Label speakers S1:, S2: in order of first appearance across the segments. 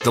S1: The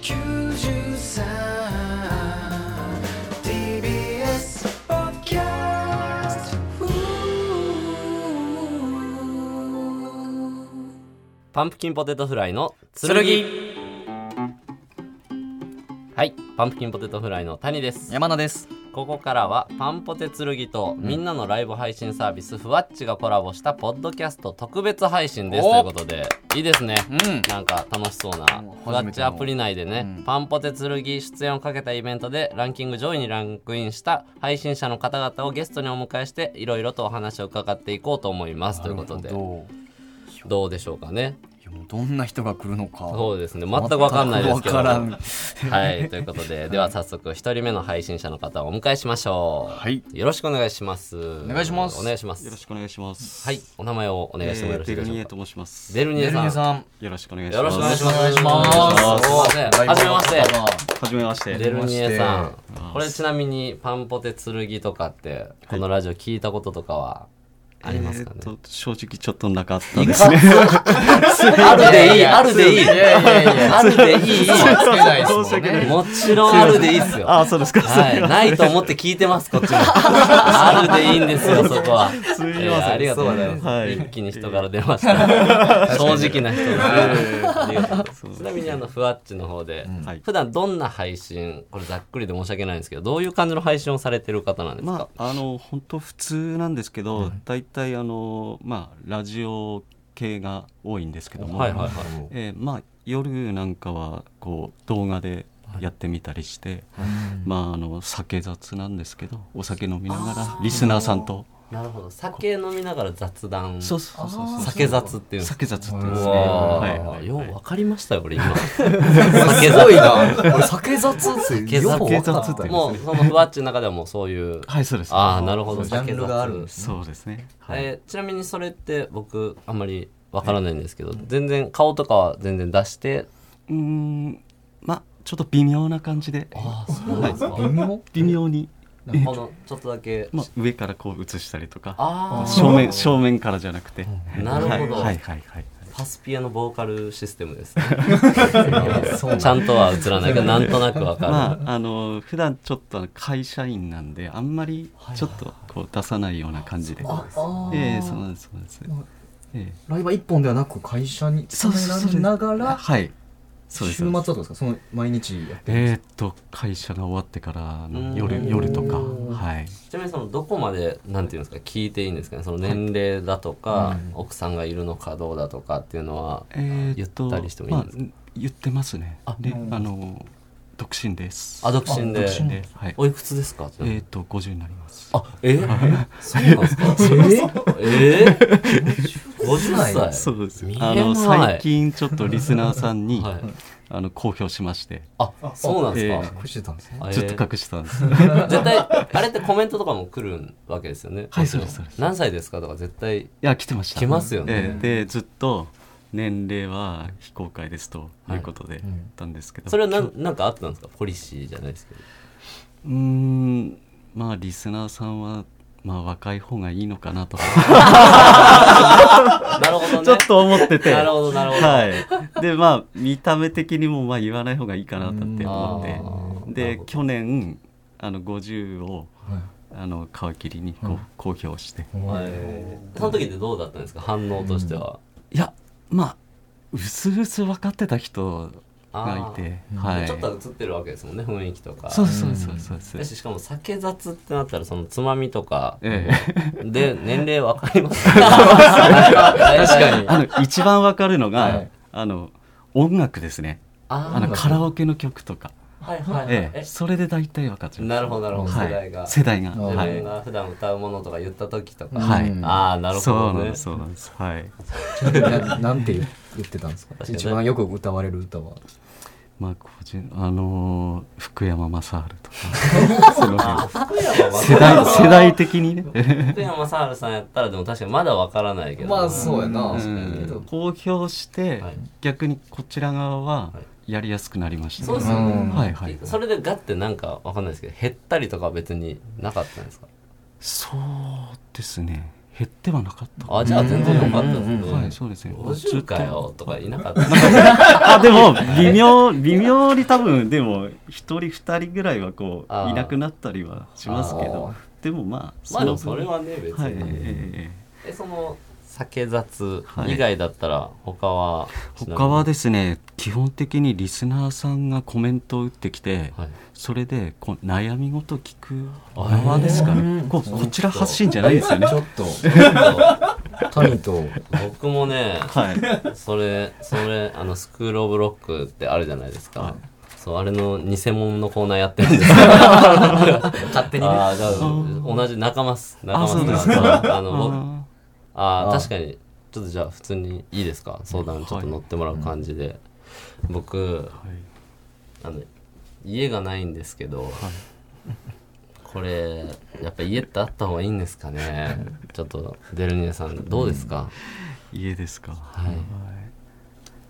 S2: 93 TBS ポッドキャスト
S3: パンプキンポテトフライの
S4: 剣
S3: はいパンプキンポテトフライの谷です
S4: 山名です
S3: ここからはパンポテ剣とみんなのライブ配信サービスふわっちがコラボしたポッドキャスト特別配信です
S4: お
S3: ということでいいですね、
S4: うん
S3: なんか楽しそうな
S4: うん
S3: ふわっ
S4: 初めて
S3: ち
S4: の
S3: アプリ内でね、パンポテ剣出演をかけたイベントでランキング上位にランクインした配信者の方々をゲストにお迎えしていろいろとお話を伺っていこうと思いますということで
S4: ど
S3: どうでしょうかね
S4: いやもうどんな人が来るのか
S3: そうですね全く分かんないですけど
S4: わからん
S3: はい、ということで、では早速1人目の配信者の方をお迎えしましょう。
S4: はい
S3: よろしくお願いします。お
S4: 願いします
S3: お願いします。
S5: よろしくお願いします。
S3: はい、お名前をお願いしてもよろしい
S5: ベ
S3: で
S5: ル
S3: し
S5: ニ
S3: ょう
S5: エ
S3: か。
S5: と申します。
S3: ベルニエ
S4: エル
S3: さん。
S4: ニさん
S5: よろしくお願いします。
S3: よろしくお願いします。
S4: お願いします
S3: すいませんはじめまして。
S5: はじめまして。
S3: ベルニエさ
S4: は
S3: ん。これちなみにパンポテ剣とかって、このラジオ聞いたこととかはありますかね
S5: え。ーっと正直ちょっとなかったですね。
S3: あるでいい、あるでいい。
S4: いやいやいや
S3: あるでいい。
S4: つけないですもんね
S5: 申し訳ない。
S3: もちろんあるでいいっすよ。
S5: あ、そうですか。
S3: はい、ないと思って聞いてます、こっ ちも。あるでいいんですよ、そこは。
S5: すいません
S3: やありがとうございます。
S5: そうだねはい
S3: 一気に人から出ま した。正直な人が。ありがとうございますちなみに、あの、ふわっちの方で、
S5: はい
S3: 普段どんな配信、これざっくりで申し訳ないんですけど、どういう感じの配信をされてる方なんですか
S5: まああの本当普通なんですけど、大体あのまあラジオ系が多いんですけども、
S3: はいはいはい。
S5: えーまあ夜なんかはこう動画でやってみたりして、まああの酒雑なんですけど、お酒飲みながらリスナーさんと、
S3: なるほど。酒飲みながら雑談。
S5: そうそうそうそう
S3: 酒雑っていうんですか
S5: 酒雑っていう
S3: う
S5: んですね。
S3: わ
S5: はい
S3: ー、
S5: はい
S3: よう分かりましたよ、俺今。酒雑
S4: いな俺酒雑って
S3: 酒雑
S4: よう分かった
S5: 酒雑って
S3: もう、そのふわっちの中ではもうそういう。
S5: はい、そうです。
S3: ああ、なるほど。
S4: そうジャンルがあるんです
S3: 酒雑
S5: そうですね。
S3: えーちなみにそれって僕あんまりわからないんですけど、全然顔とかは全然出して
S5: うーん、まあちょっと微妙な感じで、
S3: ああそうなんですか
S5: 微妙に、
S3: このちょっとだけ、
S5: まあ上からこう映したりとか、
S3: ああ
S5: 正面正面からじゃなくて、
S3: なるほど
S5: はいはいはい
S3: パスピアのボーカルシステムですねちゃんとは映らないけどなんとなくわかる、
S5: まああの普段ちょっと会社員なんであんまりちょっとこう出さないような感じで、
S4: あ
S5: ええそうなんですそうなんです。え
S4: ライバー一本ではなく会社に勤めなが
S5: え
S4: ら
S5: はい。そう
S4: 週
S5: です
S4: 末はどうですかその毎日やって
S5: えーっと会社が終わってからの
S3: う
S5: 夜
S3: ん
S5: 夜とかはい。
S3: ちなみにそのどこまでなんていうんですか聞いていいんですかねその年齢だとか、奥さんがいるのかどうだとかっていうのは
S5: えーと
S3: 言ったりしてもいいんです
S5: まあ、言ってますね
S3: あ
S5: であの独身です
S3: あ独身で
S5: 独身ではい
S3: おいくつですか
S5: えっ、と50になります
S3: あえそうなん ですかええ50歳
S5: そうです
S3: 見えない
S5: あの最近ちょっとリスナーさんに、
S3: はい
S5: あの公表しまして
S3: あそうなんですか、
S5: ええ
S4: 隠してたんですね
S3: あ
S5: ずっと
S3: え
S5: 隠してたん です、
S3: ー絶対あれってコメントとかも来るわけですよね
S5: はいそうですそうです
S3: 何歳ですかとか絶対
S5: いや来てました
S3: 来ますよね
S5: ええでずっと年齢は非公開ですということで、言ったんですけど
S3: それはなんなんかあったんですかポリシーじゃないですけど
S5: うーんまあリスナーさんはまあ若い方がいいのかなと
S3: なるほどね
S5: ちょっと思ってて
S3: なるほどなるほど、
S5: はい、でまあ見た目的にもまあ言わない方がいいかなって思
S3: う
S5: っ
S3: んあ
S5: てで
S3: ー
S5: 去年あの50をあの皮切りにこう、公表して
S3: はいその時ってどうだったんですか反応としては、
S5: いやまあうすうす分かってた人がいて、はい、
S3: ちょっとは映ってるわけですもんね雰囲気とか
S5: そうですそうですそうですそう
S3: だ
S5: です
S3: ししかも酒雑ってなったらそのつまみとか
S5: え
S3: で年齢わかり ますか確か
S5: え、あの一番分かるのが、
S4: はい
S5: あの音楽ですね
S3: あ
S5: あのカラオケの曲とか
S3: あはいはいはい
S5: ええ、それで大体分かっちゃう
S3: なるほどなるほど
S5: はい
S3: 世代が
S5: 世代が
S3: 自
S5: は
S3: 分
S5: い
S3: が普段歌うものとか言った時とか、
S5: はい
S4: うん
S3: ああなるほ
S5: そう
S3: ど
S5: なん
S3: ね
S5: ですそうなんですはい
S4: ななんて言ってたんですか
S3: 確かに
S4: 一番よく歌われる歌は
S5: まあ個人あのー福山雅治とかすいま
S3: 福山雅
S5: せん世代世代的 にね
S3: 福山雅治さんやったらでも確かにまだわからないけどね、
S4: まあそうやな
S3: 確か
S5: う
S3: に
S5: ん
S4: けど
S5: 公表して、
S3: はい
S5: 逆にこちら側はやりやすくなりました、
S3: そうですよ
S4: ね
S5: んはいはい
S3: それでガッてなんかわかんないですけど減ったりとかは別になかったんですか
S5: そうですね減ってはなかった
S3: あじゃあ全然良かったですね、
S5: はいそうですねず
S3: 50
S5: っと
S3: かよとかいなかった
S5: あ でも微妙微妙に多分でも一人二人ぐらいはこ
S3: あ
S5: う
S3: ー
S5: いなくなったりはしますけどでもまあ
S3: まあでもそ
S5: の
S3: れ
S5: 分
S3: はね別に、
S5: はい、ええ
S3: えその酒雑以外だったら他は、
S5: 他はですね基本的にリスナーさんがコメントを打ってきて、
S3: はい
S5: それでこう悩み事聞く側ですかね、こうこちら発信じゃないですよね
S4: ちょっと谷と
S3: 僕もね
S5: はい
S3: それそれあのスクール・オブ・ロックってあるじゃないですか、そうあれの偽物のコーナーやってるんですけど 勝手に、ね、ああじゃあ同じ仲間っす仲間
S5: あ
S3: っす
S5: そうです
S3: か
S5: か
S3: あの僕ああ確かにちょっとじゃあ普通にいいですか相談ちょっと乗ってもらう感じで、僕あの家がないんですけど、これやっぱ家ってあった方がいいんですかねちょっとデルニエさんどうですか、
S5: 家ですか、はい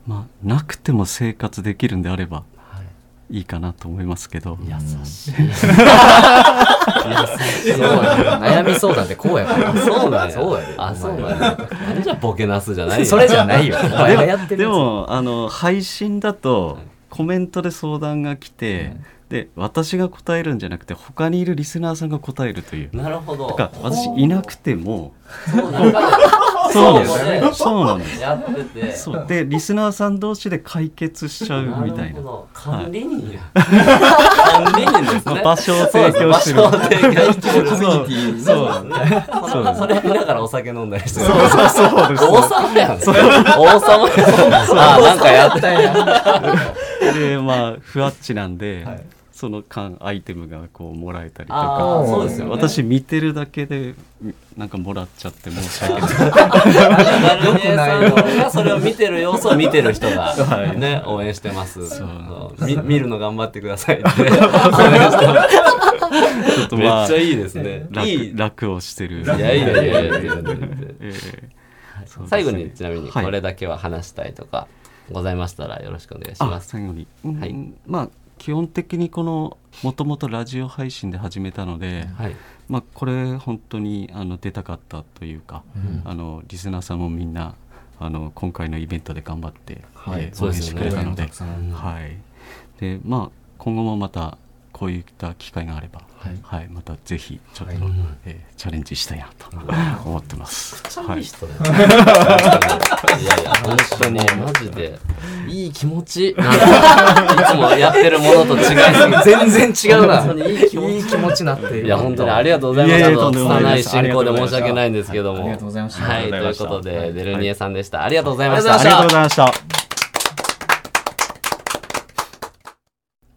S5: まあなくても生活できるんであればいいかなと思いますけど、
S3: 優しい
S4: そうや悩み相談ってこうやから
S3: そうなんや
S4: そうやで
S3: あそうなんやなんじゃボケなすじゃないよ
S4: それじゃないよお前がやってる
S5: で
S4: やつ
S5: もあの配信だとコメントで相談が来て、で私が答えるんじゃなくて他にいるリスナーさんが答えるという
S3: なるほど
S5: だから私いなくても
S3: そうなんだ
S5: そう
S3: そう
S5: なん
S3: です
S5: ですそうなんです
S3: やってて
S5: そうでリスナーさん同士で解決しちゃうみたい
S3: るほ
S5: な
S3: ど管理人や管理人ですね
S5: 場所を提供する
S3: そうです場所を提供してる
S5: そうそう
S3: そうそれ見ながらお酒飲んだりしてる
S5: そうそうそうです
S3: 王様やん王様やんあなんかやったや
S5: でまあふわっちなんで、その間アイテムがこうもらえたりと
S3: あ
S5: か
S3: あそうですよね
S5: 私見てるだけでなんかもらっちゃって申し訳ない
S3: よくないがそれを見てる様子を見てる人が
S5: はい
S3: ね応援してます
S5: そう
S3: そうみ見るの頑張ってくださいって応援してま
S5: ちょっ
S3: す
S5: と
S3: めっち
S5: まあ
S3: ゃいいですね
S5: 楽
S3: いいい
S5: 楽をしてる
S3: やいやいやいやいや
S5: ええ
S3: 最後にちなみに
S5: はい
S3: これだけは話したいとかございましたらよろしくお願いし
S5: あ
S3: ます
S5: 最後に、うん
S3: はい
S5: まあ基本的にこのもともとラジオ配信で始めたので、
S3: はい
S5: まあ、これ本当にあの出たかったというか、あのリスナーさんもみんなあの今回のイベントで頑張って、
S4: はい
S5: えー
S3: そう
S5: 応
S3: で
S5: 援
S3: す
S5: して
S3: よ
S5: く
S3: ね
S5: れたので
S4: 応援もたくさん
S5: はいでまあ、今後もまたこういった機会があれば、はいまたぜひちょっと、えーチャレンジしたいなと思ってます。はい
S3: 人だよいやいや本当にマジでいい気持ちなんかいつもやってるものと違いすぎて
S4: 全然違うな
S3: 本当にいい気持ち
S4: いい気持ちになってる
S3: いや本当にありがとうございま
S5: い
S3: す。
S5: や
S3: あ
S5: いやと
S3: の
S5: んでもな
S3: 拙
S5: い
S3: い
S5: です
S3: 進行で申し訳ないんですけども。
S4: はいありがとうございました
S3: はい、
S4: あり
S3: と
S4: が
S3: いう
S4: とうござ
S3: こ
S4: いましたは
S3: とで
S4: い
S3: デルニエさんでした。ありがとうございまし
S4: ありがとうございま
S5: あ
S4: した
S5: り
S3: た。
S5: がとうございました。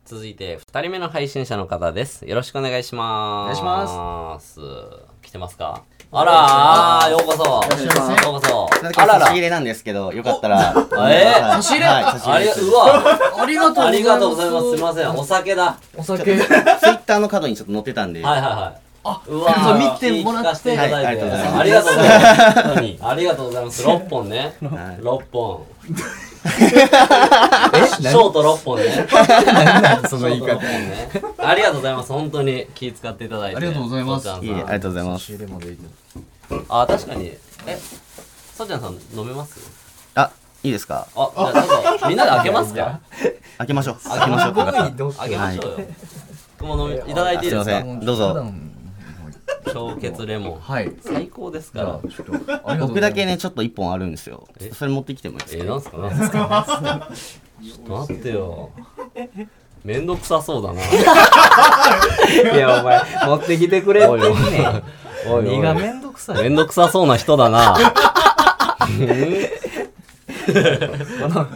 S3: 続いて二人目の配信者の方です。よろしくお願いします。
S4: お願いし
S3: ます。来てますか。あらー、ようこそ。
S6: いします
S3: ようこ
S6: ちょっと
S3: そ。あら
S6: 今日差し
S3: ら
S6: 入。れなんですけど、よかったら。
S3: えー
S6: 差し入れ差し
S3: あ
S6: 入
S3: り
S6: れ
S3: が
S6: です。
S3: うわ。
S4: ありがとうございます
S3: ありがとうございます。すみません、お酒だ。
S4: お酒
S6: ツイッターの角にちょっと載ってたんで。
S3: はいはいはい。あ、うわー
S4: 見てもらって
S3: 聞かせていただいて、
S6: はい
S3: ありがとうございます。本当にありがとうございます。六本ね。六本。え、ショート六本ね。
S4: その言い
S3: ショ
S4: 方
S3: ート六本ね。ありがとうございます。本当に気遣っていただいて。
S4: ありがとうございます
S3: そちゃんさ
S6: いえ
S3: ん
S6: いえありがとうございます。
S4: 入れまでいい
S3: あ、確かに。え、そちゃんさん飲めます？
S6: あ、いいですか
S3: あ、じゃあちょっとみんなで開けますか。
S6: 開けましょう。開
S3: 開
S6: けましょう。
S4: 僕
S6: あ
S4: にどうしよ
S3: 開けましょうよ。僕も飲みいただいていい
S6: す
S3: で
S6: いますせ
S3: か？
S6: ん。
S4: う
S6: どう
S4: 普段
S6: ぞ。
S3: 氷結レモン。
S4: はいじ
S3: 最高ですか
S4: ゃあ
S3: ら。
S4: ちょっとありがとうございます
S6: 僕だけね、ちょっと一本あるんですよ
S3: え。
S6: それ持ってきてもいいです
S3: え
S6: か
S3: ー、なんすかなんすかちょっと待ってよめんどくさそうだな
S4: いやお前持ってきてくれって
S3: おいおいおいおい
S4: 荷がめんどくさい
S3: めんど くさそうな人だな
S4: この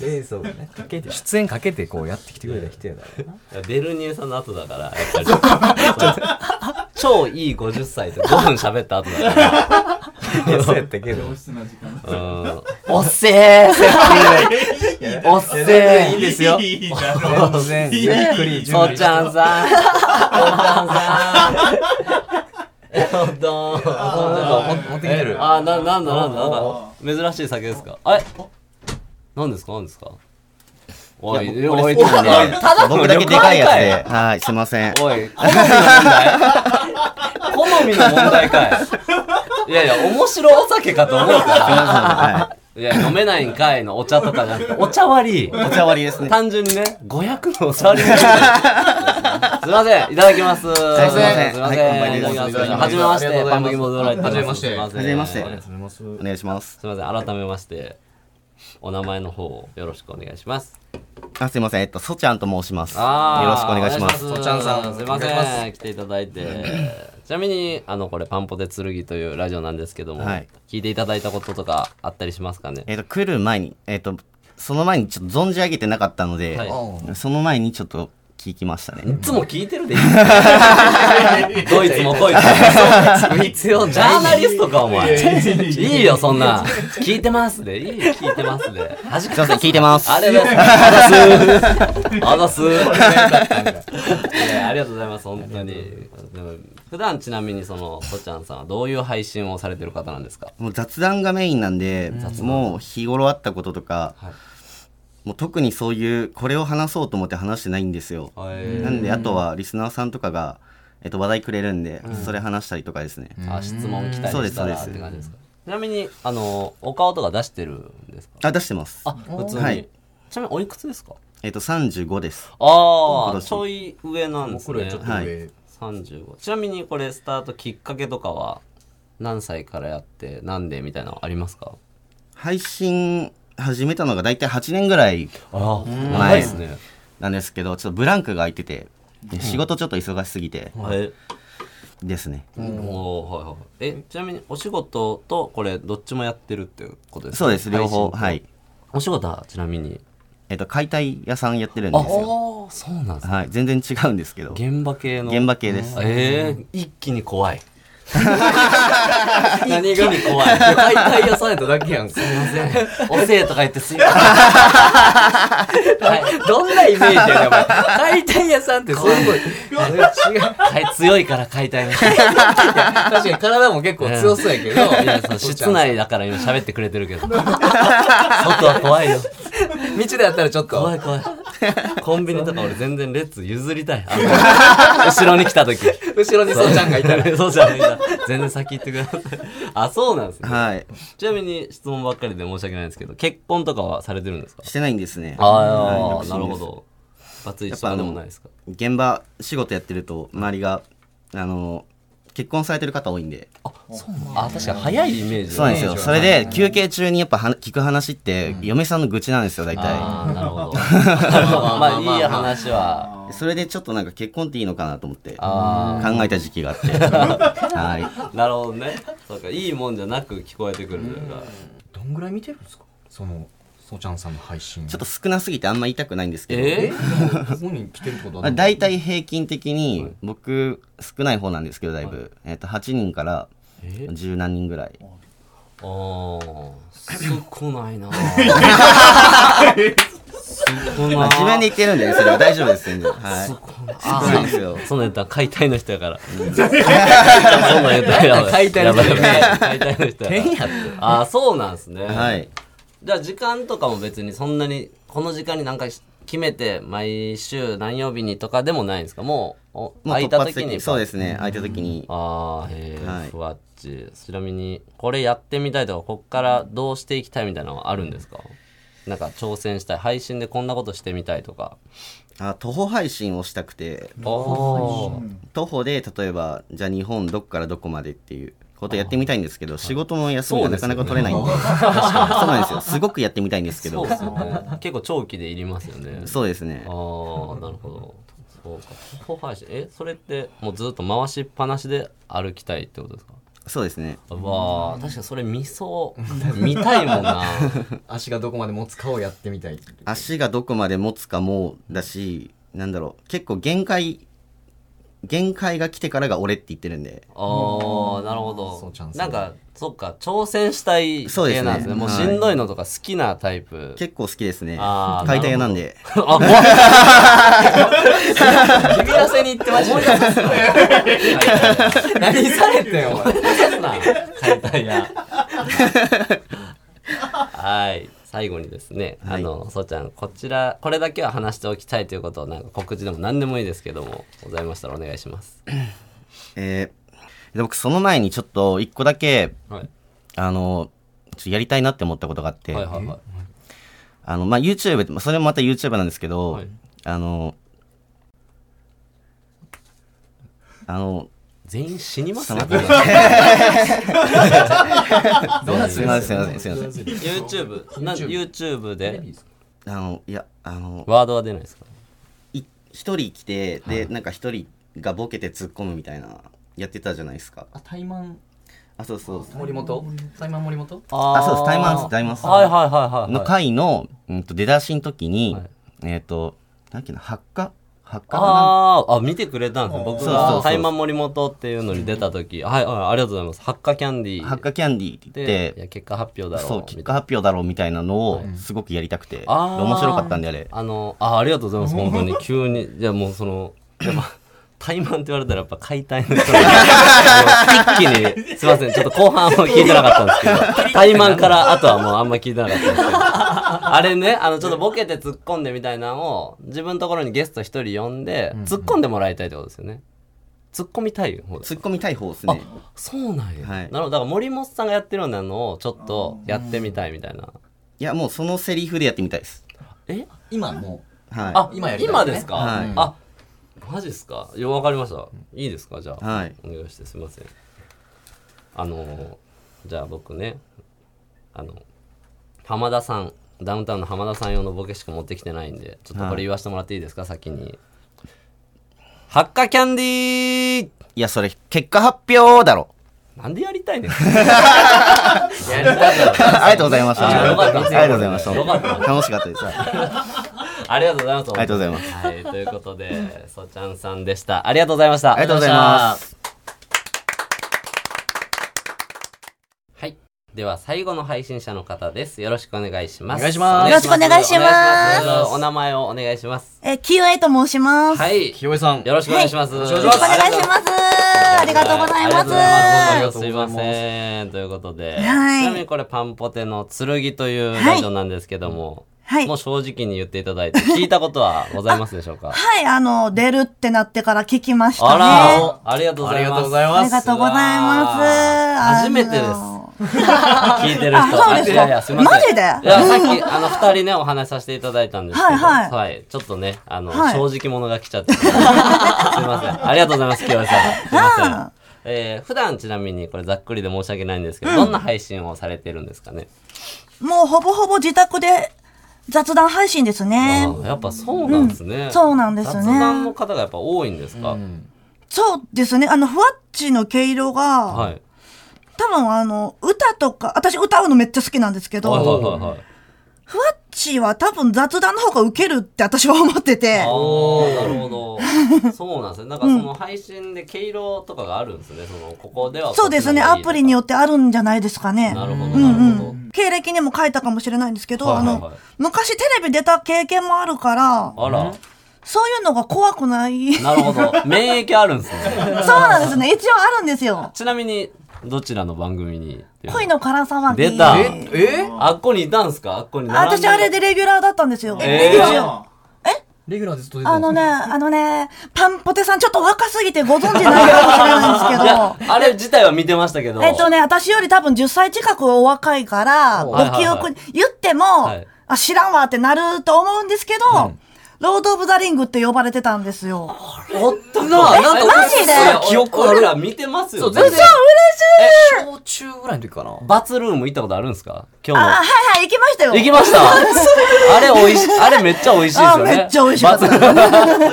S4: ええそうねかけて出演かけてこうやってきてくれた人やからない
S3: やベルニエさんの後だから、やっぱり。超いい50歳って5分喋った後だから。
S4: いやそうやったけど
S3: うんおっせえセッティおっせえいいです よ。
S4: 全然ゆっくり準
S3: お
S4: 備
S3: ちゃんさん。おちゃんさん。えっ
S4: な
S3: と、
S4: んか持ってきてる
S3: えあ、な、なんだなんだなんだ。珍しい酒ですか。あれ何ですか何ですかおい、
S6: いや僕
S3: おい、
S6: これそうなんで
S3: おいただの
S6: 僕だけでかいやつ
S3: 旅
S6: で。はい、すいません。
S3: おい、好みの問題 好みの問題かい。いやいや、面白お酒かと思うから。
S6: はい
S3: や、飲めないんかいのお茶とかじゃなくて、お茶割り。
S6: い。お茶割りですね。
S3: 単純にね、500のお茶割りみたいなすいません、いただきます。すい
S6: いすいません
S3: すいま
S6: は
S3: せん。
S6: い
S3: いただきます。
S6: 乾杯です
S3: はじめまし
S7: ありがとう
S3: て、
S7: ござ
S3: パ
S7: います
S3: ンプキンボードドライ
S7: はじめまして
S3: は
S6: はじめまして。お願いします。
S3: すいません、改めまして、お名前の方をよろしくお願いします。
S6: あ、すいません。えっと、そちゃんと申します。よ
S3: あー
S6: ろしくお願いします。
S3: お
S7: ちゃんさん
S3: すいま
S7: お願いし
S3: せん。来ていただいて。ちなみに、あの、これ、パンポテ剣というラジオなんですけども、
S6: はい
S3: 聞いていただいたこととかあったりしますかね
S6: えっと、来る前に、えっと、その前にちょっと存じ上げてなかったので、
S3: は
S6: その前にちょっと聞きましたね。
S3: いつも聞いてるでいい どいつもこいつも。必要ジャーナリストか、お前。いいよ、そんな。聞いてますで。いいよ、聞いてますで。恥
S6: すいません、聞いてます。
S3: あれです。あざす。あざす。いやありがとうございます、本当に。でも普段ちなみにその、とちゃんさんはどういう配信をされてる方なんですか
S6: もう雑談がメインなんで、もう日頃あったこととか、
S3: はい
S6: もう特にそういう、これを話そうと思って話してないんですよ。
S3: はい
S6: なんで、あとはリスナーさんとかが、えっと、話題くれるんで、それ話したりとかですね。
S3: あ、質問来た
S6: そう
S3: り
S6: で
S3: し
S6: す
S3: たらっ
S6: そうです
S3: て感じですかちなみに、あの、お顔とか出してるんですか
S6: あ、出してます。
S3: あ、普通
S6: は
S3: に
S6: い。
S3: ちなみにおいくつですか
S6: えっと、35です。
S3: あ
S6: 今
S3: あ、
S6: 年
S3: ちょい上なんです
S7: 僕ら
S3: ね
S7: ちょっ。と
S6: はい
S7: 上
S3: 35。ちなみにこれスタートきっかけとかは、何歳からやって、なんでみたいなのありますか
S6: 配信始めたのが大体8年ぐらい
S3: ああ、
S6: 長
S3: 長
S6: い
S3: いで
S6: で
S3: すす
S6: ね
S3: ね。
S6: なんですけど、ちょっとブランクが空いてて、で仕事ちょっと忙しすぎて
S3: はい。
S6: ですね。
S3: おーはいはい。え、ちなみにお仕事とこれどっちもやってるっていうことですか
S6: そうです、両方。
S3: 配信と
S6: はい。
S3: お仕事はちなみに。
S6: えっと、解体屋さんやってるん
S3: あ、
S6: ですよ。
S3: おーそうなんですね。
S6: はい。全然違うんですけど。
S3: 現場系の。
S6: 現場系です。
S3: ええ一気に怖い。 何が一気に怖い。
S4: 解体屋さんやっただけやんか
S3: おせえとか言ってすいません。はい。
S4: どんなイメージやねんお前解体屋さんってすごい違う
S3: はい、強いから解体にして。
S4: 確かに体も結構強そうやけど、
S3: いや、その室内だから今喋ってくれてるけ ど。外は怖いよ。
S4: 道でやったらちょっ
S3: 怖
S4: と
S3: い怖 い。コンビニとか俺全然レッツ譲りたい。あ の後ろに来た時。
S4: 後ろにそうちゃんがいたら。
S3: そうちゃんがいたら。全然先行ってください。あ、そうなんですね。
S6: はい。
S3: ちなみに質問ばっかりで申し訳ないんですけど、結婚とかはされてるんですか
S6: してないんですね。
S3: あ
S6: は
S3: あ、
S6: い
S3: なるほ。ど。バツイチとかでもないですか
S6: 現場仕事やってると、周りが、あの、結婚されてる方多いんで。
S3: あ、確かに早いイメージ
S6: そうなんですよ。それで、休憩中にやっぱは聞く話って、嫁さんの愚痴なんですよ、大体。
S3: ああ、なるほど。まあ、いい話は。
S6: それでちょっとなんか結婚っていいのかなと思って、
S3: あ
S6: 考えた時期が あって。はい。
S3: あ、なるほどね。そうか、いいもんじゃなく聞こえてくるというか。
S7: どんぐらい見てるんですかそのそうちゃんさんの配信
S6: ちょっと少なすぎてあんま言いたくないんですけど。
S3: え
S7: えでもここに来てるってこと
S6: まあ、
S7: は
S6: 大体平均的に僕少ない方なんですけどだいぶ、えっと8人から十何人ぐらい
S3: あー、少ないな。少
S6: ま
S3: な
S6: あ、。自分で言ってるんでねそれは大丈夫です全 然はい
S3: 少ない。
S6: 少ないですよ
S3: そんなん言ったら解体の人やから。そんなん言ったら
S4: 解体の人
S3: やばいやばい解体の人や
S4: 変
S3: か
S4: やっ
S3: ら。ああ、そうなんですね。
S6: はい
S3: じゃあ時間とかも別にそんなにこの時間に何か決めて毎週何曜日にとかでもないんですかもうお
S6: まあ
S3: 空い
S6: 突
S3: た
S6: 発
S3: 時
S6: 的
S3: に
S6: にそうですね空いた時に
S3: ああへえ、
S6: はい
S3: ふわっちちなみにこれやってみたいとかこっからどうしていきたいみたいなのはあるんですかなんか挑戦したい配信でこんなことしてみたいとか
S6: あ徒歩配信をしたくて
S3: ああ
S6: 徒歩で例えばじゃあ日本どこからどこまでっていうことやってみたいんですけど仕事の休みがなかなか取れないん でそうなんですよすごくやってみたいんですけ
S3: そ
S6: ど
S3: うですよね結構長期でいりますよね
S6: そうですね
S3: ああなるほどそうか徒歩配信えそれってもうずっと回しっぱなしで歩きたいってことですか
S6: そうですね
S3: わあ確かそれ見そう見たいもんな
S7: 足がどこまで持つかをやってみたい
S6: 足がどこまで持つかもだしなんだろう結構限界限界が来てからが俺って言ってるんで
S3: ああなる
S7: そ
S3: ほ
S7: うチャ
S3: ど
S7: ンス
S3: なんかそっか挑戦したい
S6: そうです
S3: 系
S6: ね
S3: なんですねもう
S6: はい
S3: しんどいのとか好きなタイ プ
S6: 結構好きですね
S3: あー
S6: 解体屋なんで
S3: あもう君らせに行ってましたね何されてんお前な解体やはい最後にですね、あのそうちゃんこちらこれだけは話しておきたいということをなんか告知でも何でもいいですけどもございましたらお願いします
S6: えーで僕その前にちょっと一個だけ
S3: はい
S6: あのちょっとやりたいなって思ったことがあって、
S3: はいはいはい
S6: あのまあ YouTube まあそれもまた YouTube なんですけど、
S3: はい
S6: あのあの
S3: 全員死にます
S6: その
S3: ね
S6: 後
S7: どうなって
S6: すみませんすみませんすみません
S3: YouTube なん YouTube で
S6: あのいやあの
S3: ワードは出ないですか
S6: い一人来てでなんか一人がボケて突っ込むみたいなやってたじゃないですか
S7: あタイマン
S6: あそうそうそう
S7: 森本タイマン森本
S3: あ
S6: あそうですタイマンですタイマンです
S3: はいはいはいはい
S6: の回の、うん、と出だしの時に、
S3: はい
S6: えっ、と何だっけな発火発火か
S3: あーあ、見てくれたんですね。僕
S6: そうそうそうそ
S3: が
S6: う
S3: タイマン森本っていうのに出た時、はい、はい、ありがとうございます。ハッカキャンディ
S6: な
S3: ー。
S6: 発火キャンディーって言っ
S3: で、いや
S6: て
S3: 結果発表だろ
S6: そう結
S3: み
S6: 果
S3: たいな
S6: 発表だろうみたいなのをすごくやりたくて、
S3: あー
S6: 面白かったんであれ
S3: あの、あ、ありがとうございます。本 当に。急に。じゃあもうその、やっぱ、タイマンって言われたらやっぱ解体の人があの一気に、すいません。ちょっと後半は聞いてなかったん ですけど、タイマンからあとはもうあんま聞いてなかったんですけど、あれね、あの、ちょっとボケて突っ込んでみたいなのを、自分のところにゲスト一人呼んで、突っ込んでもらいたいってことですよね。突っ込みたい方です
S6: 突っ込みたい方ですね
S3: そうなんや、
S6: はい
S3: なるほどだから森本さんがやってるようなのをちょっとやってみたいみたいない
S6: やもうそのセリフでやってみたいです
S3: え
S7: 今も
S6: はい
S3: あ
S7: 今
S3: 今
S7: やりたい
S3: 今ですか、
S6: はい
S3: あマジですかよわかりましたいいですかじゃあ、
S6: はい
S3: お願いしてすいませんあのーじゃあ僕ねあの浜田さんダウンタウンの浜田さん用のボケしか持ってきてないんでちょっとこれ言わせてもらっていいですか、先に「ハッカキャンディー!
S6: いやそれ結果発表だろ」
S3: なんでやりたい ねんやりたかった
S6: ありがとうございました。
S3: あよかった
S6: ありがとうございました。
S3: よかった
S6: 楽しかったです。あ
S3: ありがとうございます。
S6: りがとうございます。
S3: はい、ということで、そちゃんさんでした。ありがとうございました。
S6: ありがとうございます。
S3: はい。では、最後の配信者の方です。よろしくお願いします。
S4: お願いします
S8: よろしくお願いします
S3: お願いしますお名前をお願いします。
S8: えー、QA と申します。よ
S3: はい。
S4: 清江さん
S3: よろしくお願いします。
S8: ろしくお願いします。ありがとうございま
S3: あり
S8: す。
S3: がとうござい
S4: あり
S3: ま
S4: がとう
S3: す。
S4: ご
S3: すいま
S4: ざいます
S3: せん。ということで、
S8: はい
S3: ちなみにこれ、パンポテの剣というラジオなんですけども、
S8: はい
S3: もう正直に言っていただいて、聞いたことはございますでしょうか
S8: はい、あの、出るってなってから聞きました
S3: あ
S8: ね。
S3: ら、ありがとうご
S4: あ
S3: ざ
S4: り
S3: い
S4: が
S3: ま
S4: とう
S3: す
S4: ご。ざい
S8: あ
S4: ま
S8: り
S4: す
S8: がとうございます。
S3: 初めてです
S8: あの
S3: 聞いてる人。
S8: あそうですか
S3: いやいや、すいません。
S8: マジ
S3: い
S8: で
S3: や、さっき、あの、二人ね、お話しさせていただいたんですけど、
S8: はいはい
S3: ちょっとね、あの、
S8: はい
S3: 正直者が来ちゃ って。すいません。ありがとうございます、清江さん。すいません。えー、普段ちなみに、これざっくりで申し訳ないんですけど、どんな配信をされてるんですかね。
S8: もうほぼほぼ自宅で雑談配信ですね。
S3: あーやっぱそうなんですね。
S8: うんそうなんですね
S3: 雑談の方がやっぱ多いんですか、
S8: そうですね。あの、ふわっちの毛色が、
S3: はい。
S8: 多分あの、歌とか、私歌うのめっちゃ好きなんですけど、
S3: はいはいはいはい。
S8: ふわっちは多分雑談の方がウケるって私は思ってて、
S3: あ あ、なるほど。そうなんですね。なんかその配信で毛色とかがあるんですね。その、ここではこっちの方が
S8: そう
S3: いいと
S8: で
S3: か。
S8: すね。アプリによってあるんじゃないですかね。
S3: なるほど、
S8: うん
S3: なるほ
S8: う
S3: ど。
S8: ん。経歴にも書いたかもしれないんですけど、
S3: はいはいはい
S8: あの、昔テレビ出た経験もあるから、
S3: あら、
S8: そういうのが怖くない。そう
S3: なるほど。免疫あるんですね。
S8: なんですね。一応あるんですよ。
S3: ちなみに、どちらの番組に
S8: 恋の唐騒ぎ。
S3: 出た
S4: え
S3: あっこにいたんすかあっこに並んで
S8: 私あれでレギュラーだったんですよ。
S3: えー、
S7: レギュラーでずっと出て
S8: あ
S7: る
S8: のね、あのね、パンポテさんちょっと若すぎてご存知ないかもしれないんですけど、
S3: あれ自体は見てましたけど。
S8: えっとね、私より多分10歳近くお若いから、
S3: はい
S8: ご記
S3: はい
S8: 憶に、言っても、
S3: はい
S8: あ、知らんわってなると思うんですけど、ロード・オブ・ザ・リングって呼ばれてたんですよ。
S3: おったな、
S8: えマジで
S3: 俺記憶俺ら見てますよ。全然
S4: 小中ぐらいの時かな
S3: バツルーム行ったことあるんすか今
S8: あ、は
S3: 日
S8: いはい、行きましたよ。
S3: の。行きました あれ美味しい、あれめっちゃ美味しいですよね。
S8: あめっちゃ美味しかった
S3: バツルームあ、やっ
S8: え
S3: ぱ、
S8: ー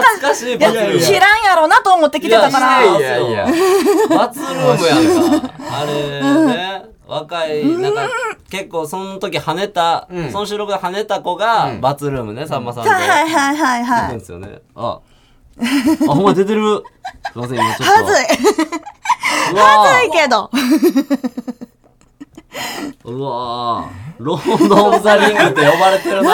S3: 懐かしい
S8: いや
S3: バツルーム
S8: 知らんやろなと思って来てたから。
S3: いやいやいやバツルームやんかあれね若いなんか結構その時跳ねた、
S7: ん
S3: その収録で跳ねた子がバツルームねさんまさんで
S8: はいはいはい
S3: 出て
S8: は
S3: るん
S8: い。
S3: ですよねああほんま出てるすいません今ちょっと
S8: はずい。
S3: うわ
S8: はずいけど。
S3: ーうわーロード・オブ・ザ・リングって呼ばれてるな
S8: え、でも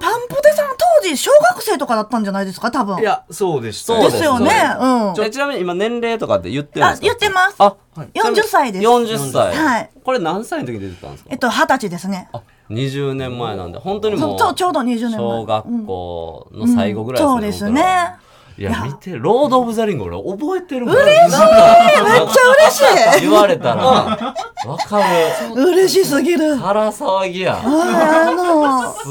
S8: パンポテさん当時小学生とかだったんじゃないですか多分。
S7: いや、そうでした
S3: そう
S8: ですよね。うん。
S3: ちょちなみに今年齢とかって言ってるんで
S8: あ
S3: す、か
S8: 言ってます。
S3: あ、
S8: 40歳です
S3: 40歳。
S8: はい
S3: これ何歳の時に出てたんですか
S8: えっと、二十歳ですね。
S3: あ、20年前なんで、本当にもう、
S8: そう、ちょうど20年前。
S3: 小学校の最後ぐらい
S8: そうですね。
S3: 僕
S8: え
S3: らいや、見て、ロード・オブ・ザ・リング俺覚えてるもん。嬉し
S8: ーめっちゃ嬉しい。
S3: 言われたら、わかる。
S8: 嬉しすぎる。あ
S3: 腹騒ぎや。
S8: あ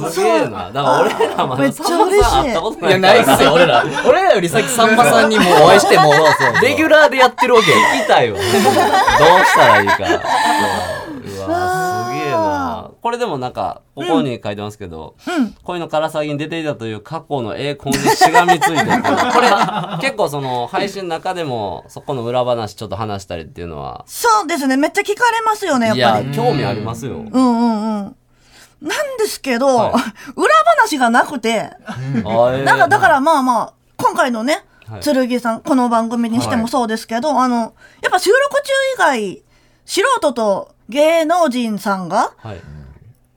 S8: の、
S3: すげえな。だから俺らま
S8: め
S3: だ
S8: っちゃ
S3: さんま
S8: 嬉しい
S3: さん会ったことない
S4: い
S3: か
S4: や、
S3: ら。
S4: ないっすよ、俺ら。俺らより先さんまさんにもうお会いして、もう、レギュラーでやってるわけよ。
S3: 聞きたいわ。どうしたらいいか。そううわすげえな。これでもなんか、ここに書いてますけど、恋のからさぎに出ていたという過去の栄光にしがみついてる。これ、結構その、配信の中でも、そこの裏話ちょっと話したりっていうのは、
S8: そうですね。めっちゃ聞かれますよね、やっ
S3: い
S8: ぱ
S3: や
S8: り。、
S3: 興味ありますよ。
S8: うんうんうん。なんですけど、
S3: はい
S8: 裏話がなくて、な
S3: なん
S8: かだからまあまあ、今回のね、
S3: はい
S8: 剣さん、この番組にしてもそうですけど、あの、やっぱ収録中以外、素人と芸能人さんが、
S3: ら、はい。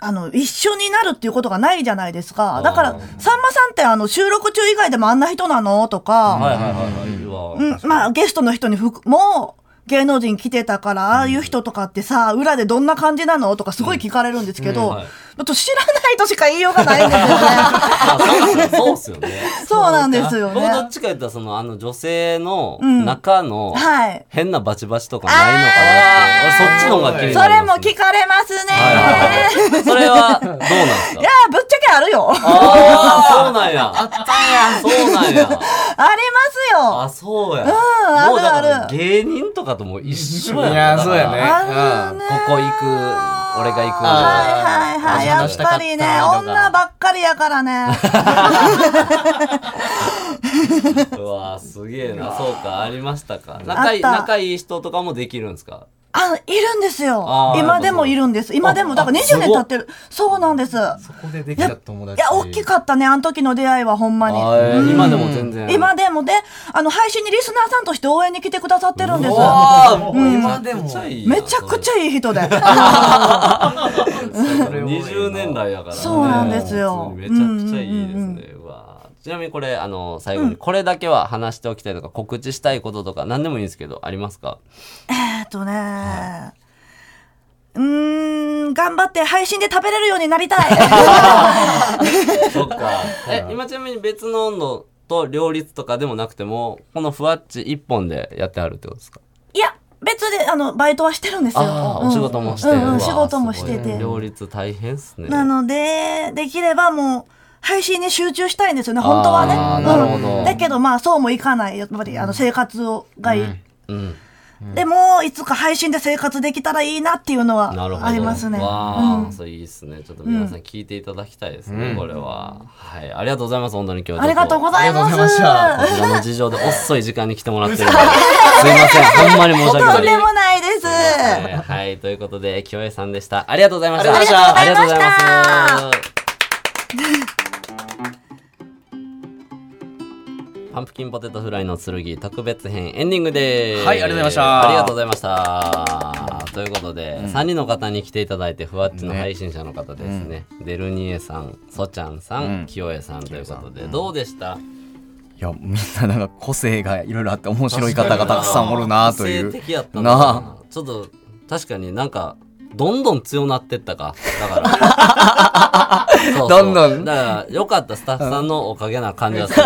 S8: あの、一緒になるっていうことがないじゃないですか。だから
S3: あ、
S8: さんまさんってあの、収録中以外でもあんな人なのと
S3: は
S8: か、
S3: いはいはいはい。うわ
S8: うん、まあ、ゲストの人にふくも、芸能人来てたから、ああいう人とかってさ、裏でどんな感じなのとかすごい聞かれるんですけど、
S3: うんはい
S8: だと知らないとしか言いようがないんです よね。
S3: あそうっすよ ね。
S8: そうなんですよね
S3: 僕どっちか言ったら、その、あの、女性の中の、
S8: はい。
S3: 変なバチバチとかないのかなって。俺そっちの方が気に
S8: そ
S3: な
S8: れ
S3: り
S8: も
S3: ます
S8: 聞かれますね。
S3: はいそれはどうなんです
S8: い
S3: か
S8: やーぶっちゃけあるよ。ありま
S3: ああ、そうなんや。あったや。そうなんや。
S8: すよ。
S3: あ、そうや。
S8: ある
S3: もうだから
S8: ある
S3: 芸人とかとも一緒やん
S7: いや、そうや。
S3: だ
S7: ね。
S3: から
S8: あ
S7: う
S8: る
S7: ん
S8: ね。
S3: ここ行く、俺が行く。
S8: はい
S4: あ
S8: はいはい。や
S4: 話
S8: っ
S4: したか
S8: ぱ
S4: った
S8: り
S4: り
S8: ね
S4: とか、
S8: 女ばっかりやか らね。
S3: うわーすげえな。そうか、ありましたか。仲いい、
S8: あった
S3: 仲いい人とかもできるんですか
S8: あの、いるんですよ
S3: あ。ー
S8: 今でもいるんです。今でも、だから
S3: あ
S8: 20
S3: す
S8: 年
S3: ご
S8: 経
S3: っ
S8: ってる。そうなんです。いや、
S7: そこでできた友達。
S8: 大きかったね。あの時の出会いはほんまに。
S3: あー今でも全然。
S8: 今でもで、あの、配信にリスナーさんとして応援に来てくださってるんです。
S4: ああ、もう今でも。
S8: めちゃくち
S3: ゃ
S8: ゃいい人で。
S3: 20年来やからね
S8: そうなんですよ
S3: めちゃくちゃいいですねうわちなみにこれあの最後にこれだけは話しておきたいとか告知したいこととか何でもいいんですけどありますか
S8: えっとね、うーん、頑張って配信で食べれるようになりたい。
S3: そっかえ今ちなみに別の温度と両立とかでもなくてもこのふわっち一本でやってあるってことですか
S8: いや、別で、あの、バイトはしてるんですよ。
S3: あ
S8: う
S3: あ
S8: ん
S3: お仕事もして
S8: う
S3: るう
S8: んうん
S3: わ
S8: 仕事もして
S3: すごい
S8: て。
S3: 両立大変っすね
S8: なので、できればもう、配信に集中したいんですよね、本当はね。
S3: あー
S8: うん
S3: なるほど
S8: だけどまあ、そうもいかない。やっぱり、あの、生活をがいい。
S3: うん
S8: でも、いつか配信で生活できたらいいなっていうの
S3: なるほ
S8: は
S3: ど
S8: ありますね。
S3: わあ、
S8: うん
S3: そういいですね。ちょっと皆さん聞いていただきたいですね、これは。はい、ありがとうございます。本当に今日は
S8: ありがとうございま
S4: ありがとうご
S8: す。
S4: ざ
S3: こちらの事情で遅い時間に来てもらってるのですいません。ほんまに申し訳
S8: と
S3: なんい。
S8: でもないです。
S3: はいはい、ということで、清江さんでした。ありがとうございました。
S8: ありがとうございました
S3: ありがとうございます。パンプキンポテトフライの剣特別編エンディングです。
S4: はいありがとうございました
S3: ありがとうございました。ということで、3人の方に来ていただいて、ふわっちの配信者の方ですね。デルニエさん、ソチャンさん、清江さんということで、どうでした
S9: いやみんななんか個性がいろいろあって面白い方がたくさんおるなという
S3: 個性的やったな
S9: な
S3: ちょっと確かになんかどんどん強なってったかだから そうそう
S9: どんどん
S3: だから良かったスタッフさんのおかげな感じ がする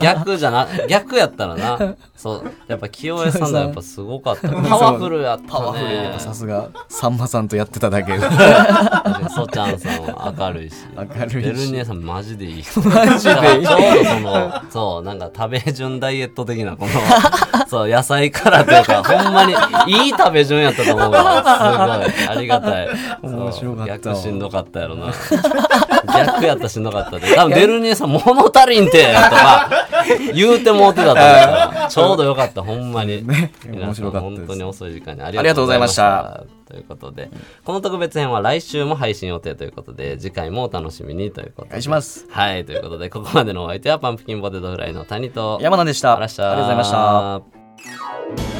S3: 逆じゃな逆やったらなそうやっぱ清江さんがやっぱすごかったパワフルやったね
S9: あさすがさんまさんとやってただけで
S3: 確かにそちゃんさんは明るいし
S9: 明るいし
S3: ベルニエさんマジでいい人
S9: マジ
S3: だから
S9: で
S3: ちょうどその、そう、なんか食べ順ダイエット的な、この、そう、野菜からというか、ほんまにいい食べ順やったと思うわ。すごい。ありがたい。
S9: 面白かったわ
S3: そう逆しんどかったやろな。逆やったらしんどかったで。多分デルニエさん、物足りんてとか、言うてもうてたと思う から、ちょうどよかった、ほんまに。
S9: 面
S3: 皆さん
S9: 白かったです
S3: 本当に遅い時間にあ
S9: りがとうございました。
S3: ということで、この特別編は来週も配信予定ということで、次回もお楽しみにということで。
S9: お願いします。
S3: はい、ということで、ここまでのお相手は、パンプキンポテトフライの谷と、
S9: 山名でした。
S3: ありがとう
S9: ありがとうございました。
S3: た。